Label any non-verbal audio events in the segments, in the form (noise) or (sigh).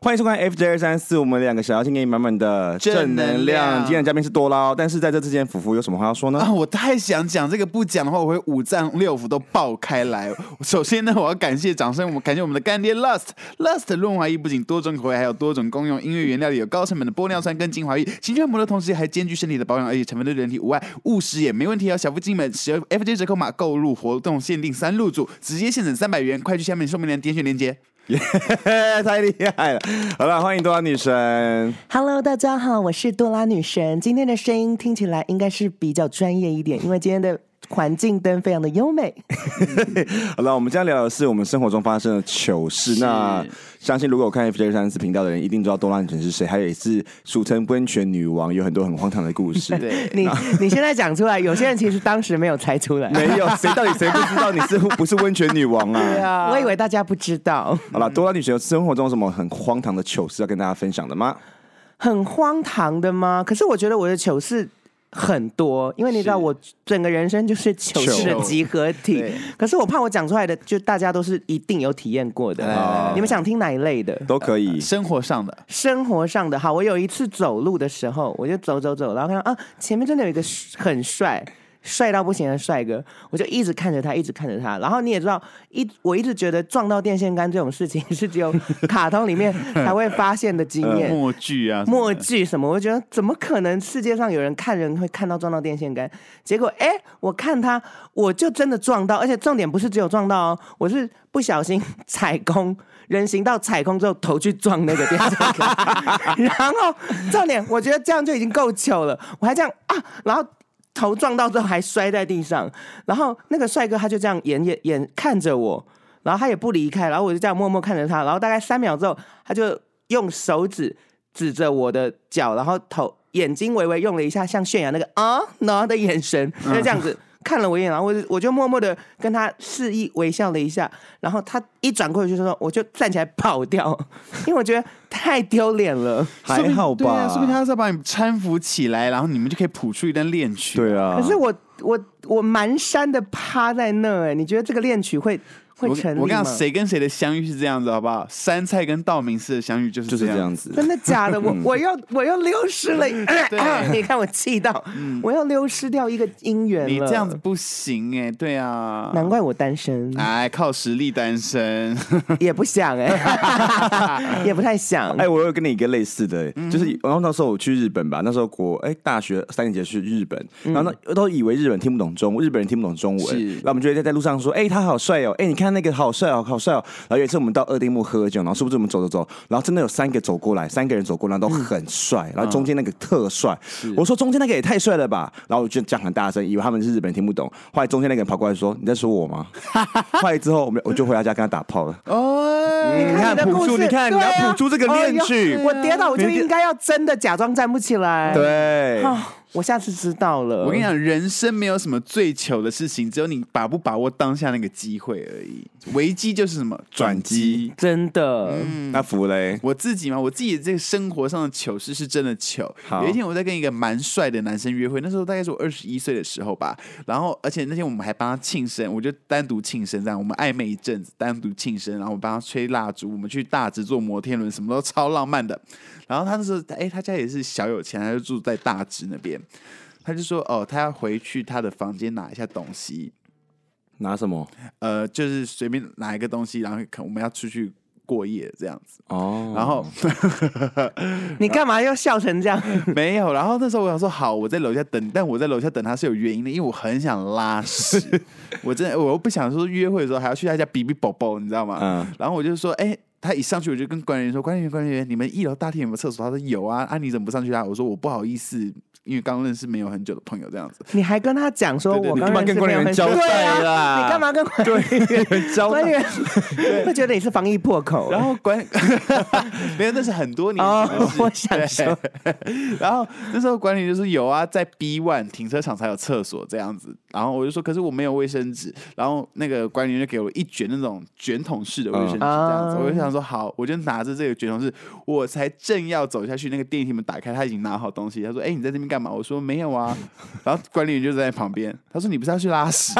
欢迎收看 FJ 二三四，我们两个小妖精给你满满的正能量今天的嘉宾是多拉哦，但是在这之前，福福有什么话要说呢？ (laughs) 啊，我太想讲这个，不讲的话，我会五脏六腑都爆开来。首先呢，我要感谢掌声，我们感谢我们的干爹 Lust。Lust 润滑液不仅多种口味，还有多种功用，音乐原料里有高成本的玻尿酸跟精华液，行权膜的同时还兼具身体的保养，而且成分对人体无害，误食也没问题哦。小腹精美，使用 FJ 折扣码购入活动限定三入组，直接现省三百元，快去下面说明栏点选链接。太厉害了！好了，欢迎多拉女神。 Hello，大家好，我是多拉女神。今天的声音听起来应该是比较专业一点，因为今天的环境灯非常的优美。好了，我们今天聊的是我们生活中发生的糗事。那相信如果有看 FJ 三四频道的人，一定知道多拉女神是谁，她也是俗称温泉女王，有很多很荒唐的故事。 (laughs) 对，你你现在讲出来，有些人其实当时没有猜出来，没有谁到底谁不知道你是不是温泉女王 (laughs) 啊？ (laughs) 对啊。我以为大家不知道。好了，多拉女神有生活中有什么很荒唐的糗事要跟大家分享的吗？很荒唐的吗？可是我觉得我的糗事很多，因为你知道是我整个人生就是糗事的糗集合体对。可是我怕我讲出来的，就大家都是一定有体验过的。来来来你们想听哪一类的？都可 (laughs) 以。生活上的生活上的好，我有一次走路的时候，我就走走走，然后看到啊，前面真的有一个很帅。帅到不行的帅哥，我就一直看着他，一直看着他。然后你也知道，一我一直觉得撞到电线杆这种事情是只有卡通里面才会发现的经验，默剧啊，默剧什么，我就觉得怎么可能世界上有人看人会看到撞到电线杆？结果哎，我看他，我就真的撞到，而且重点不是只有撞到哦，我是不小心踩空。人行道踩空之后，头去撞那个电线杆，然后重点，我觉得这样就已经够糗了，我还这样啊，然后头撞到之后还摔在地上，然后那个帅哥他就这样眼眼眼看着我，然后他也不离开，然后我就这样默默看着他，然后大概三秒之后，他就用手指指着我的脚，然后头眼睛微微用了一下，像泫雅那个啊喏的眼神，嗯就这样子。看了我一眼，然后我就我就默默的跟他示意微笑了一下，然后他一转过去就说，我就站起来跑掉，因为我觉得太丢脸了。说不还定好对啊，吧？说不定他是要把你搀扶起来，然后你们就可以谱出一段恋曲。对啊。可是我我我蹒跚的趴在那儿、哎，你觉得这个恋曲会会我成立吗？我跟你讲，谁跟谁的相遇是这样子，好不好？杉菜跟道明寺的相遇就是就是这这样子。子，真的 (laughs) 假的？嗯我我又我又流失了， (laughs) 对你看我气到，嗯我又流失掉一个姻缘了。你这样子，不行哎、对啊，难怪我单身，啊哎，靠实力单 (laughs) 身，也不想 (laughs) 哎，也不太想哎、。我有跟你一个类似的、就是然后那时候我去日本吧，那时候国哎、大学三年级去日本，然后那都以为日本听不懂中，日本人听不懂中文是，然后我们就会在在路上说，哎、他好帅哦，哎、你看那个好帅哦，好帅哦。然后有一次我们到二丁目喝酒，然后是不是我们走走走，然后真的有三个走过来，三个人走过来都很帅，然后中间那个特帅，我说中间那个也太帅了吧，然后我就讲很大声，以为他们是日本人听不懂，后来中间那个人跑过来说你在说我 (laughs) 吗？后来之后我们我就回到家跟他打炮了。哦，你看你的朴故树，事，你看你对啊要谱出这个恋曲哎呦，我跌倒我就你应该要真的假装站不起来。哎对，啊，我下次知道了。我跟你讲，人生没有什么最糗的事情，只有你把不把握当下那个机会而已。危机就是什么转机。真的，那欸福雷我自己嘛，我自己这个生活上的糗事是真的糗。好有一天我在跟一个蛮帅的男生约会，那时候大概是我二十一岁的时候吧。然后，而且那天我们还帮他庆生，我就单独庆生这样，我们暧昧一阵子，单独庆生，然后我帮他吹蜡烛，我们去大直坐摩天轮，什么都超浪漫的。然后他那时候，哎，他家也是小有钱，他就住在大直那边。他就说，哦，他要回去他的房间拿一下东西，拿什么？呃，就是随便拿一个东西，然后可我们要出去过夜这样子。哦，然后，你干嘛要笑成这样？啊 (laughs) 没有，然后那时候我想说，好，我在楼下等，但我在楼下等他是有原因的，因为我很想拉 (laughs) 屎，我真的我又不想说约会的时候还要去他家比比宝宝，你知道吗？嗯然后我就说，哎、他一上去我就跟管理员说，管理员，管理员，你们一楼大厅有没有厕所？他说有啊，啊你怎么不上去啊？我说我不好意思，因为刚认识没有很久的朋友这 (laughs) 样子。 (laughs) 你还跟他讲说，对对我你刚干嘛认识跟管理没有员很交熟对代啦啊？你干嘛跟管理员交代管理员 (laughs) 会觉得你是防疫破口。然后管 (laughs) 没有，那是很多年哦前的事。我想说对， (laughs) 然后那时候管理就是有啊，在 B one 停车场才有厕所这样子。然后我就说，可是我没有卫生纸。然后那个管理员就给我一卷那种卷筒式的卫生纸，这样子。嗯我就想说，好，我就拿着这个卷筒式，我才正要走下去，那个电梯门打开，他已经拿好东西。他说：“哎、你在这边干嘛？”我说：“没有啊。”然后管理员就在旁边，他说：“你不是要去拉屎？”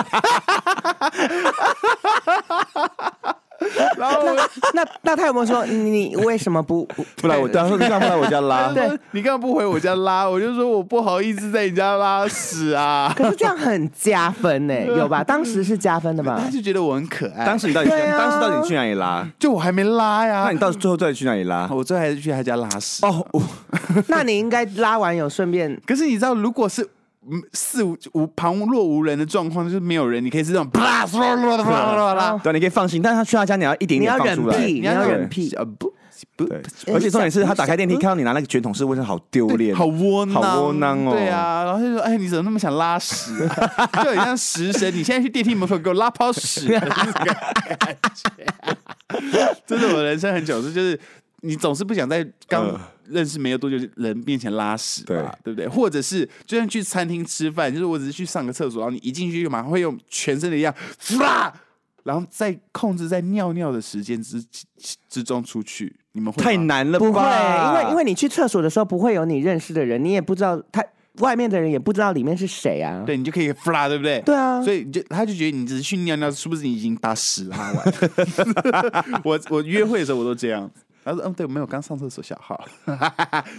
然后我那那他有没有说你为什么不？不来我家，不然不来我家 (laughs) 拉。他说你干嘛不回我家拉？我就说我不好意思在你家拉屎啊。可是这样很加分呢、有吧？当时是加分的吧他？就觉得我很可爱，当时你到底去？对啊当时到底你去哪里拉？就我还没拉呀那。你到最后到底去哪里拉？我最后还是去他家拉屎。 (laughs) 哦，我那你应该拉完有顺便可是你知道，如果是嗯四无无旁若无人的状况，就是没有人，你可以是这种啪啦啦啦啦啦啦啦，对，你可以放心，但是他去他家你要一点一你点要放忍出来。屁，你要对忍屁。啊不不，对，而且重点是他打开电梯看到你拿那个卷筒式卫生，好丢脸，好窝囊，好窝囊哦对啊，然后就说：“哎，你怎么那么想拉屎、啊？ (laughs) 就很像食神，你现在去电梯门口给我拉泡 (laughs) 屎。”这种感觉，这是我人生很糗事，就是你总是不想在刚嗯认识没有多久的人面前拉屎吧，对不对？或者是就像去餐厅吃饭，就是我只是去上个厕所，然后你一进去就马上会用全身的力量，啦，然后再控制在尿尿的时间之之之中出去，你们会吗太难了吧？ (laughs) 不会，因为因为你去厕所的时候不会有你认识的人，你也不知道他外面的人也不知道里面是谁啊。对你就可以 f l 对不对？对啊所以你就他就觉得你只是去尿尿，是不是你已经把屎拉完？ (laughs) 我我约会的时候我都这样。他说：“嗯，对，没有，刚上厕所，小号， (laughs)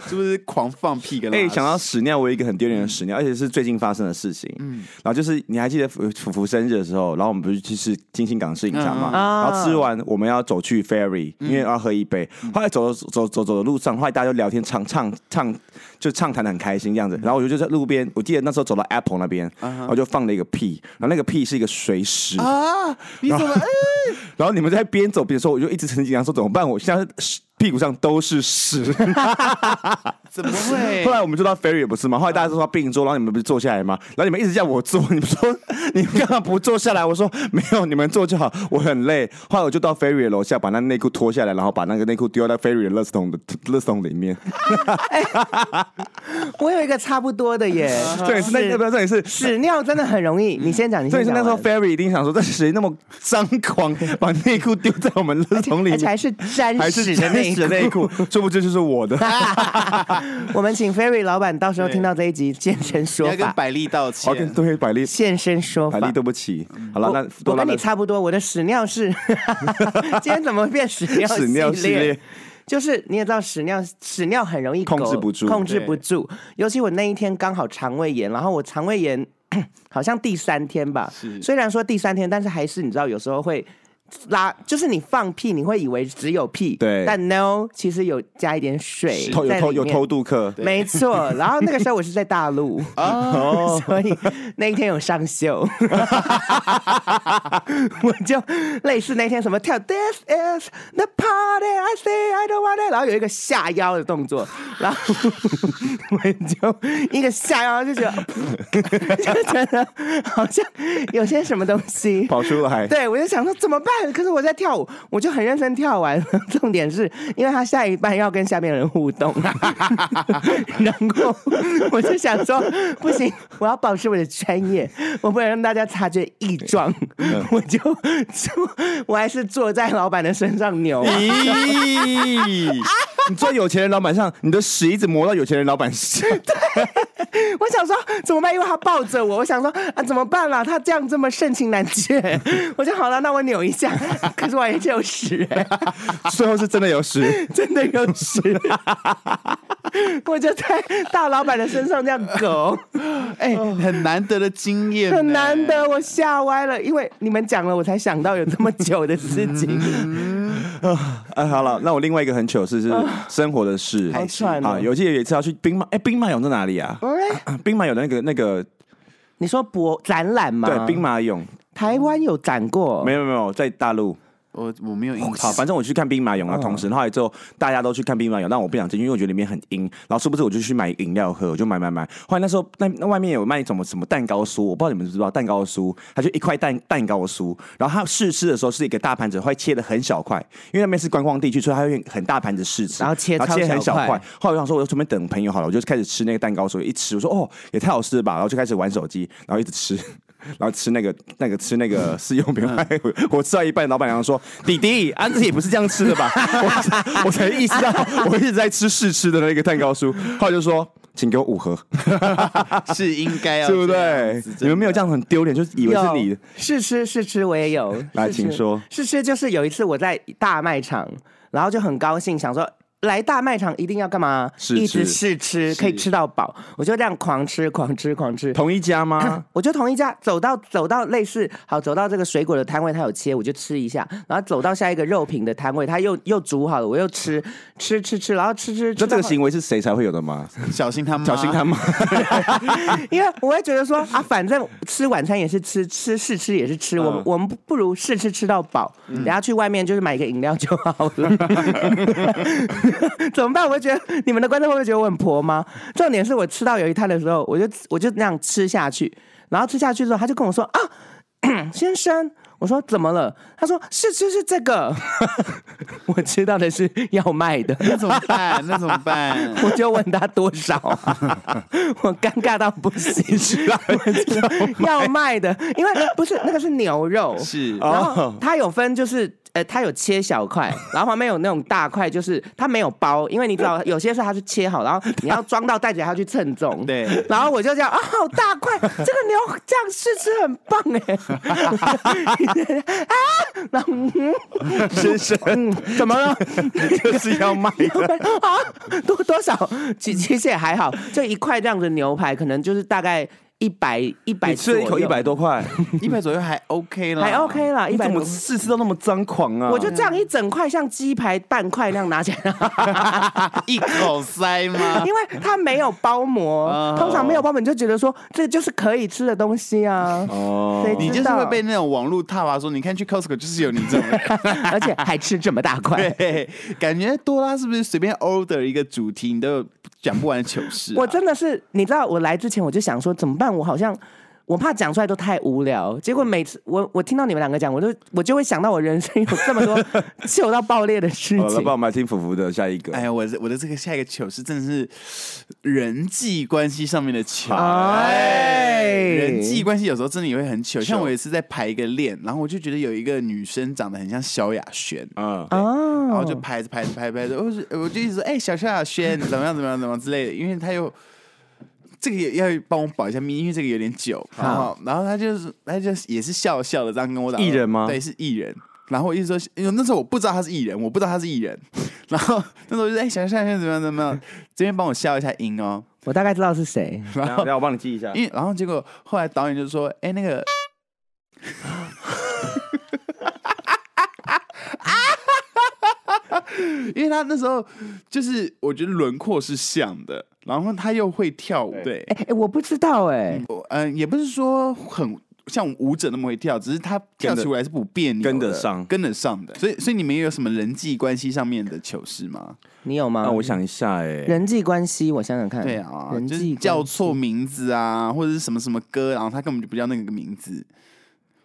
是不是狂放屁跟拉哎、屎？想到屎尿，我有一个很丢脸的屎尿，而且是最近发生的事情。嗯，然后就是你还记得福福福生日的时候，然后我们不是去吃金星港式饮茶嘛，嗯嗯然后吃完我们要走去 ferry，、因为要喝一杯。后来走走走走走的路上，后来大家就聊天唱唱唱，就畅谈的很开心这样子。然后我就在路边，我记得那时候走到 Apple 那边，然后就放了一个屁，然后那个屁是一个水屎。啊！你怎么？哎然后你们在边走边说，我就一直很紧张，说怎么办？我现在是屁股上都是屎。怎么 (laughs) 会？后来我们就到 ferry 也不是吗？后来大家都说病桌，然后你们不是坐下来吗？然后你们一直叫我坐，你们说 (laughs) 你们干嘛不坐下来？我说没有，你们坐就好，我很累。后来我就到 ferry 的楼下把那内裤脱下来，然后把那个内裤丢到 ferry 的垃圾桶的垃圾桶里面。嗯我有一个差不多的耶，重 (laughs) 点是那要不要？重点是。屎尿真的很容易。你先讲，你重点先是讲那完。时候 Ferry 一定想说，这谁那么张狂，把内裤丢在我们垃圾桶里 (laughs) 而且还面，是 (laughs) 沾还屎是的沾那屎的内裤， (laughs) 说不定就是我的。 (laughs) 我们请 Ferry 老板到时候听到这一集现身你说要跟法，百丽道我跟歉。对百丽，现身说百法丽，。对不起。好了，那我多拉跟你了差不多，我的屎 (laughs) 尿是，今天怎么变屎尿屎尿系列？就是你也知道屎尿屎尿很容易控狗制不住控制不住。尤其我那一天刚好肠胃炎，然 (coughs) 后我肠胃炎好像第三天吧，是虽然说第三天，但是还是你知道有时候会。拉就是你放屁，你会以为只有屁，对但 no，其实有加一点水偷有在偷里有面偷渡客，没错，然后那个时候我是在大陆哦， (laughs) 所以那一天有上秀， (laughs) 我就类似那天什么跳 This is the party I say I don't want it，然后有一个下腰的动作，然后我就一个下腰就觉得 (laughs) 就觉得好像有些什么东西跑出来。对，我就想说怎么办？可是我在跳舞，我就很认真跳完。 (laughs) 重点是因为他下一半要跟下面的人互动， (laughs) 然后我就想说不行，我要保持我的专业，我不能让大家察觉异状。我就就我还是坐在老板的身上扭。咦，你坐有钱人老板上，你的屎一直磨到有钱人老板上，我想说怎么办？因为他抱着我，我想说啊怎么办啦、他这样这么盛情难却， (laughs) 我就好了，那我扭一下。 (laughs) 可是我还是有屎、欸。最后是真的有 (laughs) 屎。真的有屎， (laughs) 我就在大老板的身上这样 (laughs) 狗，哎，很难得的经验，很难。得，我吓歪了，因为你们讲了，我才想到有这么久的事情。哎，好了，那我另外一个很糗事是生活的事，好喘哦啊！有记得有一次要去兵马，哎，兵马俑在哪里啊？啊兵马俑的那个那个，你说博展览吗？对，兵马俑，台湾有展过，没有没有没有，在大陆。我我没有印好，象。反正我去看兵马俑啊，同时，后来之后大家都去看兵马俑，但我不想进去，因为我觉得里面很阴。然后殊不知我就去买饮料喝，我就买买买。后来那时候那那外面有卖什么什么蛋糕酥，我不知道你们知不知道蛋糕酥，它就一块蛋蛋糕酥，然后它试吃的时候是一个大盘子，会切的很小块，因为那边是观光地区，所以它会用很大盘子试吃，然后切超很小小块块。后来我想说，我就准备等朋友好了，我就开始吃那个蛋糕酥，一吃我说哦也太好吃了吧，然后就开始玩手机，然后一直吃。然后吃那个、那个、吃那 (laughs) 个试用品， (laughs) 我我吃到一半，老板娘说：“弟弟，安子也不是这样 (laughs) 吃的吧？”我才我才意识到，我一直在吃试吃的那个蛋糕酥。后来就说：“请给我五盒，是应该 (laughs) 要对不这样对子？你们没有这，样很丢脸，就是以为是你有是吃是吃，我也有。来是吃请说是吃就是有一次我在大卖场，然后就很高兴，想说来大卖场一定要干嘛？试一吃直试吃，可以吃到饱。我就这样狂吃狂吃狂吃。同一家 (coughs) 吗？我就同一家走到走到类似好走到这个水果的摊位，他有切，我就吃一下，然后走到下一个肉品的摊位，他又又煮好了，我又吃吃吃吃，然后吃吃那吃这到个后行为是谁才会有的吗？啊这样小心他妈，小心他妈！因为我会觉得说啊，反正吃晚餐也是吃，吃试吃也是吃，我们我们不不如试吃吃到饱，等下去外面就是买一个饮料就好了。 (laughs) 怎么办？我会觉得你们的观众会不会觉得我很婆吗？重点是我吃到有一摊的时候，我就我就那样吃下去，然后吃下去之后，他就跟我说啊， (clears throat) 先生。我说怎么了？他说是吃是这个， (laughs) 我吃到的是要卖的，那怎么办？那怎么办？ (laughs) 我就问他多少、啊， (laughs) 我尴尬到不行，我知道 (laughs) 要卖的，因为呃不是那个是牛肉，是哦然后它有分就是。呃，它有切小块，然后旁边有那种大块，就是它没有包，因为你知道有些时候它是切好，然后你要装到袋子，还要去称 (laughs) 重。对 (laughs) 然后我就这样啊，好大块，这个牛这样试吃很棒哎。啊，然后嗯先生，嗯，怎么了？就是要卖的。 (laughs) 啊，多多少？其其实也还好，就一块这样的牛排，可能就是大概一百一百，你吃了一口一百，多块，一百左右还 OK 了，还 OK 啦，啊一你百怎多么。四次都那么张狂啊？我就这样一整块像鸡排半块那样拿起来，啊一口塞吗？因为它没有包膜哦，通常没有包膜你就觉得说这就是可以吃的东西啊， (laughs) 哦，谁你知就是道会被那种网络踏伐说，你看去 Costco 就是有你这种人，而且还吃这么大块。对，感觉多拉是不是随便 order 一个主题，你都有讲不完的糗事、啊？我真的是，你知道，我来之前我就想说怎么办？我好像我怕讲出来都太无聊。结果每次我我听到你们两个讲，我就我就会想到我人生有这么多 (laughs) 糗到爆裂的事好了，情帮。我们来听福福的下一个哎。呀，我的我的这个下一个糗事真的是人际关系上面的糗。哎人际关系有时候真的也会很糗，像我有一次在排一个练，然后我就觉得有一个女生长得很像萧亚轩，嗯，哦，然后就拍着拍着拍着拍着，我就我就一直说，哎、小萧亚轩怎么样怎么样怎么样之类的，因为他又这个也要帮我保一下密，因为这个有点久。然后然后他就是他就是也是笑笑的这样跟我打艺人吗对，是艺人。然后我一直说，因为那时候我不知道他是艺人，我不知道他是艺人。然后那时候我就说哎，小萧亚轩怎么样怎么样，这边帮我消一下音哦。我大概知道是谁。然后我帮你记一下因为然后结果后来导演就说，哎、那个。因为他那时候就是，我觉得轮廓是像的，然后他又会跳舞，对，哎、哎我不知道哎、我嗯、也不是说很像舞者那么会跳，只是他跳跟得出来是不别扭的，跟得上跟得上的。所以，所以你们有什么人际关系上面的糗事吗？你有吗？啊那我想一下，哎，嗯人际关系，我想想看。对啊，人就是际叫关系错名字啊，或者是什么什么歌，然后他根本就不叫那个名字，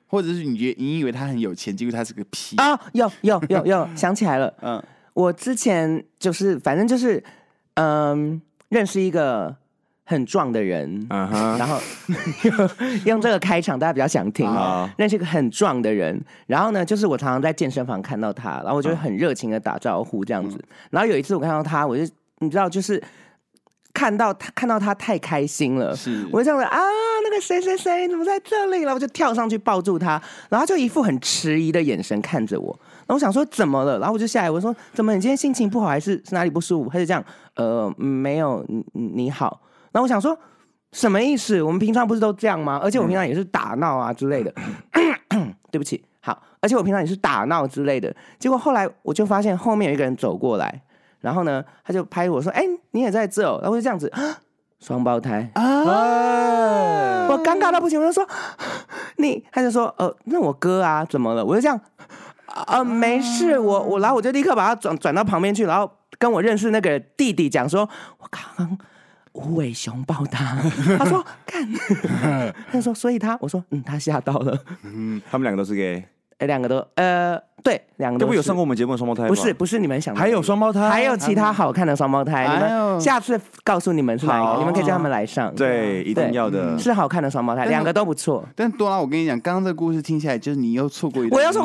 或者是你觉你以为他很有钱，结果他是个屁。啊，有有有有，想起来了。嗯，我之前就是，反正就是，嗯，认识一个很壮的人，嗯啊哼， (laughs) 然后用这个开场，大家比较想听好。啊认识一个很壮的人，然后呢，就是我常常在健身房看到他，然后我啊就会很热情的打招呼这样子。嗯然后有一次我看到他，我就你知道，就是看到他看到他太开心了，是我就这样子啊，那个谁谁谁怎么在这里？然后我就跳上去抱住他，然后他就一副很迟疑的眼神看着我。然后我想说怎么了？然后我就下来，我说怎么你今天心情不好还是是哪里不舒服？他就这样，呃，嗯没有，你你你好。然后我想说什么意思？我们平常不是都这样吗？而且我平常也是打闹啊之类的。对不起，好，而且我平常也是打闹之类的。结果后来我就发现后面有一个人走过来，然后呢，他就拍我说：“哎、你也在这、哦？”然后我就这样子，啊双胞胎。啊，我尴尬到不行，我就说你，他就说呃，那我哥啊，怎么了？我就这样，呃，没事，我我，然后我就立刻把他转转到旁边去，然后跟我认识那个弟弟讲说，我刚刚无尾熊抱他， (laughs) 他说 (laughs) 干，他就说所以他，我说嗯，他吓到了，嗯他们两个都是 gay，呃两个都呃对，两个要都不是有上过我们节目的双胞胎吧不是不是你们想的还有双胞胎，还有其他好看的双胞胎，你哎呦们下次告诉你们是哪一好个，你们可以叫他们来上。对，一定要的。嗯是好看的双胞胎，但是两个都不错。但多拉，我跟你讲，刚刚这个故事听起来就是你又错过一我段音乐，要说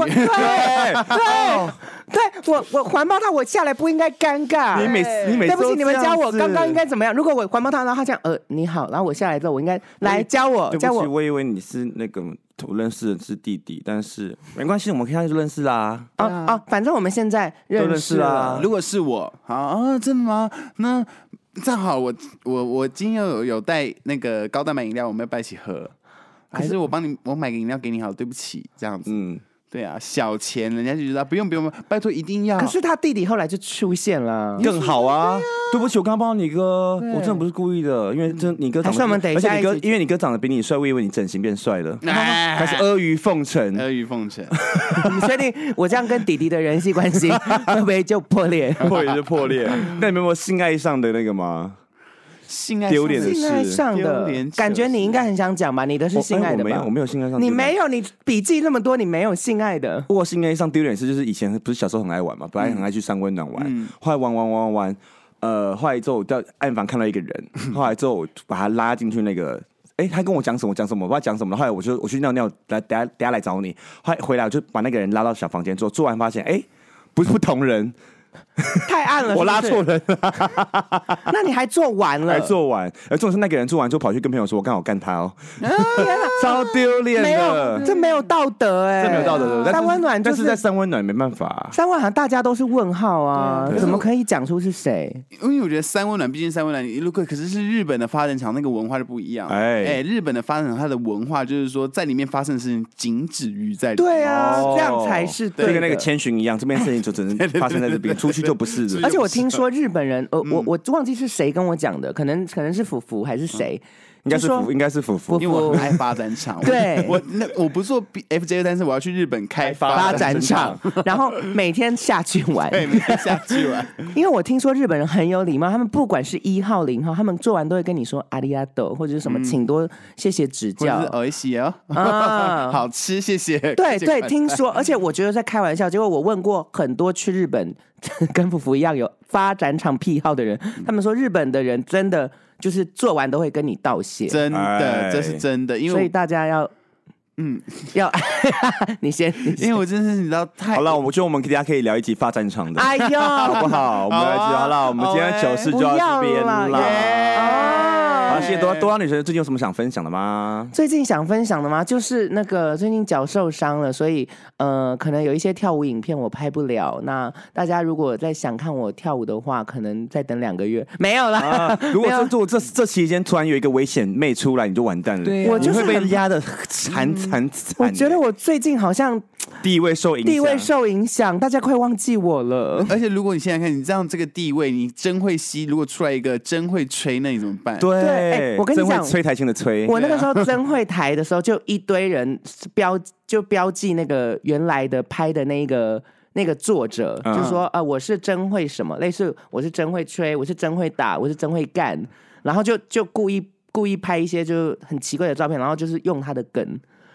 (laughs) 我对哦对，对我我环抱他，我下来不应该尴尬。你每次你每次对不都起，你们这样教我子刚刚应该怎么样？如果我环抱他，然后他讲呃你好，然后我下来之后，我应该来教我对教不起，我。我以为你是那个我认识的是弟弟，但是 (laughs) 没关系，我们现在就认识啦。哦哦，反正我们现在认识都认识啦啊了。如果是我，好啊，真的吗？那正好我我我今天有有带那个高蛋白饮料，我们要不要一起喝？还是我帮你，我买个饮料给你好了，对不起，这样子。嗯，对啊，小钱人家就知道，不用不用，拜托一定要。可是他弟弟后来就出现 (laughs) 了，更好啊！对不起，我刚刚帮你哥，我真的不是故意的，因为真你哥长还是得，我们等一而且下你哥一起因为你哥长得比你帅，我以为你整形变帅了，哎开始阿谀奉承。阿谀奉承，你确定我这样跟弟弟的人际 (laughs) 关系会不会就破裂？破裂就破裂。嗯那你们有没有性爱上的那个吗？性爱丢脸的上事性爱上丢的脸糗事感觉，你应该很想讲吧？你的是我性哎爱我的没有，吧我？没有性爱上。你没。有，你笔记那么多，你没有性爱的。我性爱上丢脸的事就是以前不是小时候很爱玩嘛，本来很爱去上温暖玩，嗯后来玩玩玩玩玩，呃，后来之后我到暗房看到一个 (laughs) 人，后来之后我把他拉进去那个。哎、他跟我讲什么讲什么，我不知道讲什么了。后来我就我去尿尿，来等下等下来找你。后来回来我就把那个人拉到小房间做，做完发现哎、不是不同人，太暗 (laughs) 了，我拉是不错嗯是。人 (laughs) 那你还做完了？还做完。而重点是那个人做完之后跑去跟朋友说，我刚好干他哦， (laughs) 超丢脸啊没的有，，这没有道德哎、这没有道德的。但三是温暖就但是是在三温暖没办法啊、三温暖，大家都是问号啊对，啊怎么可以讲出是谁？因为我觉得三温暖，毕竟三温暖，如果可是是日本的发展厂，那个文化就不一样。哎哎、日本的发展厂，它的文化就是说，在里面发生的事情仅止于在里面对啊，哦这样才是就对跟的。那个千寻一样，这边事情就只 (laughs) 能发生在这边，出去就不是出去了。而且我听说日本人，呃，嗯我我忘记是谁跟我讲的，可能可能是福福还是谁，嗯应该是就说福，应该是福福福。因为我很爱发展场。(laughs) 对我那我不做 B- FJ，但是我要去日本开发发 (laughs) 展场，然后每天下去玩。 (laughs) 对，没有下去 (laughs) 玩。因为我听说日本人很有礼貌，他们不管是一号、零号，他们做完都会跟你说阿里阿斗，或者是嗯什么，请多谢谢指或教者是。偶一起哦，啊 (laughs) 好吃，谢谢。 (laughs) 对谢谢对，款 (laughs) 听说，而且我觉得在开玩笑。结果我问过很多去日本 (laughs) 跟福福一样有发展场癖好的人，嗯他们说日本的人真的就是做完都会跟你道谢，真哎的，这是真的，因所以为大家要嗯 (laughs) 要你先，你因先为我真是你知道太好了，我觉得我们大家可以聊一集发战场的，哎 (laughs) 啊呦，好不好？我们来一集好了，我们今天的糗事就到这边不啊要啦。啦好，谢谢多多拉女神，最近有什么想分享的 (laughs) 吗？最近想分享的吗？就是那个最近脚受伤了，所以呃，可能有一些跳舞影片我拍不了。那大家如果在想看我跳舞的话，可能再等两个月。没有啦，啊，如果没有这做这这期间突然有一个危险妹出来，你就完蛋了，啊我你就是会被很压的惨惨惨。 (laughs) 我觉得我最近好像地位受影响，地位受影响，大家快忘记我了。 (laughs) 而且如果你现在看你这样这个地位，你真会吸，如果出来一个真会吹，那你怎么办？对，对哎我跟你真会讲吹台琴的吹，我那个时候真会台的时候，就一堆人标就标记那个原来的拍的那个那个作者，嗯就说呃我是真会什么，类似我是真会吹，我是真会打，我是真会干，然后就就故意故意拍一些就很奇怪的照片，然后就是用他的梗，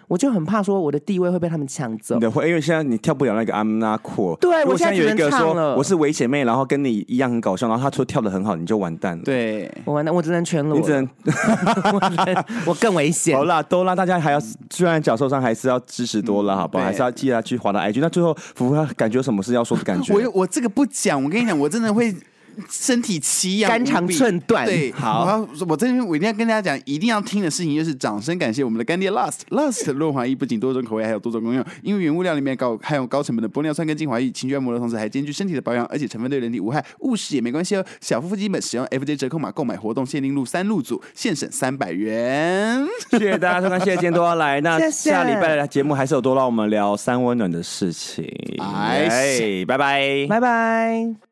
我就很怕说我的地位会被他们抢走你。的会，因为现在你跳不了那个 I'm not cool。对如果我现在有一个只能说唱了我是危险妹，然后跟你一样很搞笑，然后她说跳的很好，你就完蛋了。，对，我完蛋，我只能全裸你了，只能我更危险好。啦，多啦，大家还要虽然脚受伤，还是要支持多啦，好不好？嗯对还是要记得去划到 IG。那最后，福福感觉有什么事 (laughs) 要说的感觉？我我这个不讲，我跟你讲，我真的会身体奇痒，肝肠寸断对，好我要我这边我一定要跟大家讲，一定要听的事情就是掌声感谢我们的干爹 Lust Lust 润滑液，不仅多种口味，还有多种功用，因为原物料里面高含有高成本的玻尿酸跟精华液，情绪按摩的同时还兼具身体的保养，而且成分对人体无害，误食也没关系哦。小夫妇基本使用 FJ 折扣码购买活动限定入三入组，现省三百元。谢谢大家收看， (laughs) 谢谢今天多拉来。那谢谢下礼拜的节目还是有多拉我们聊三温暖的事情。哎哎，拜拜。拜拜。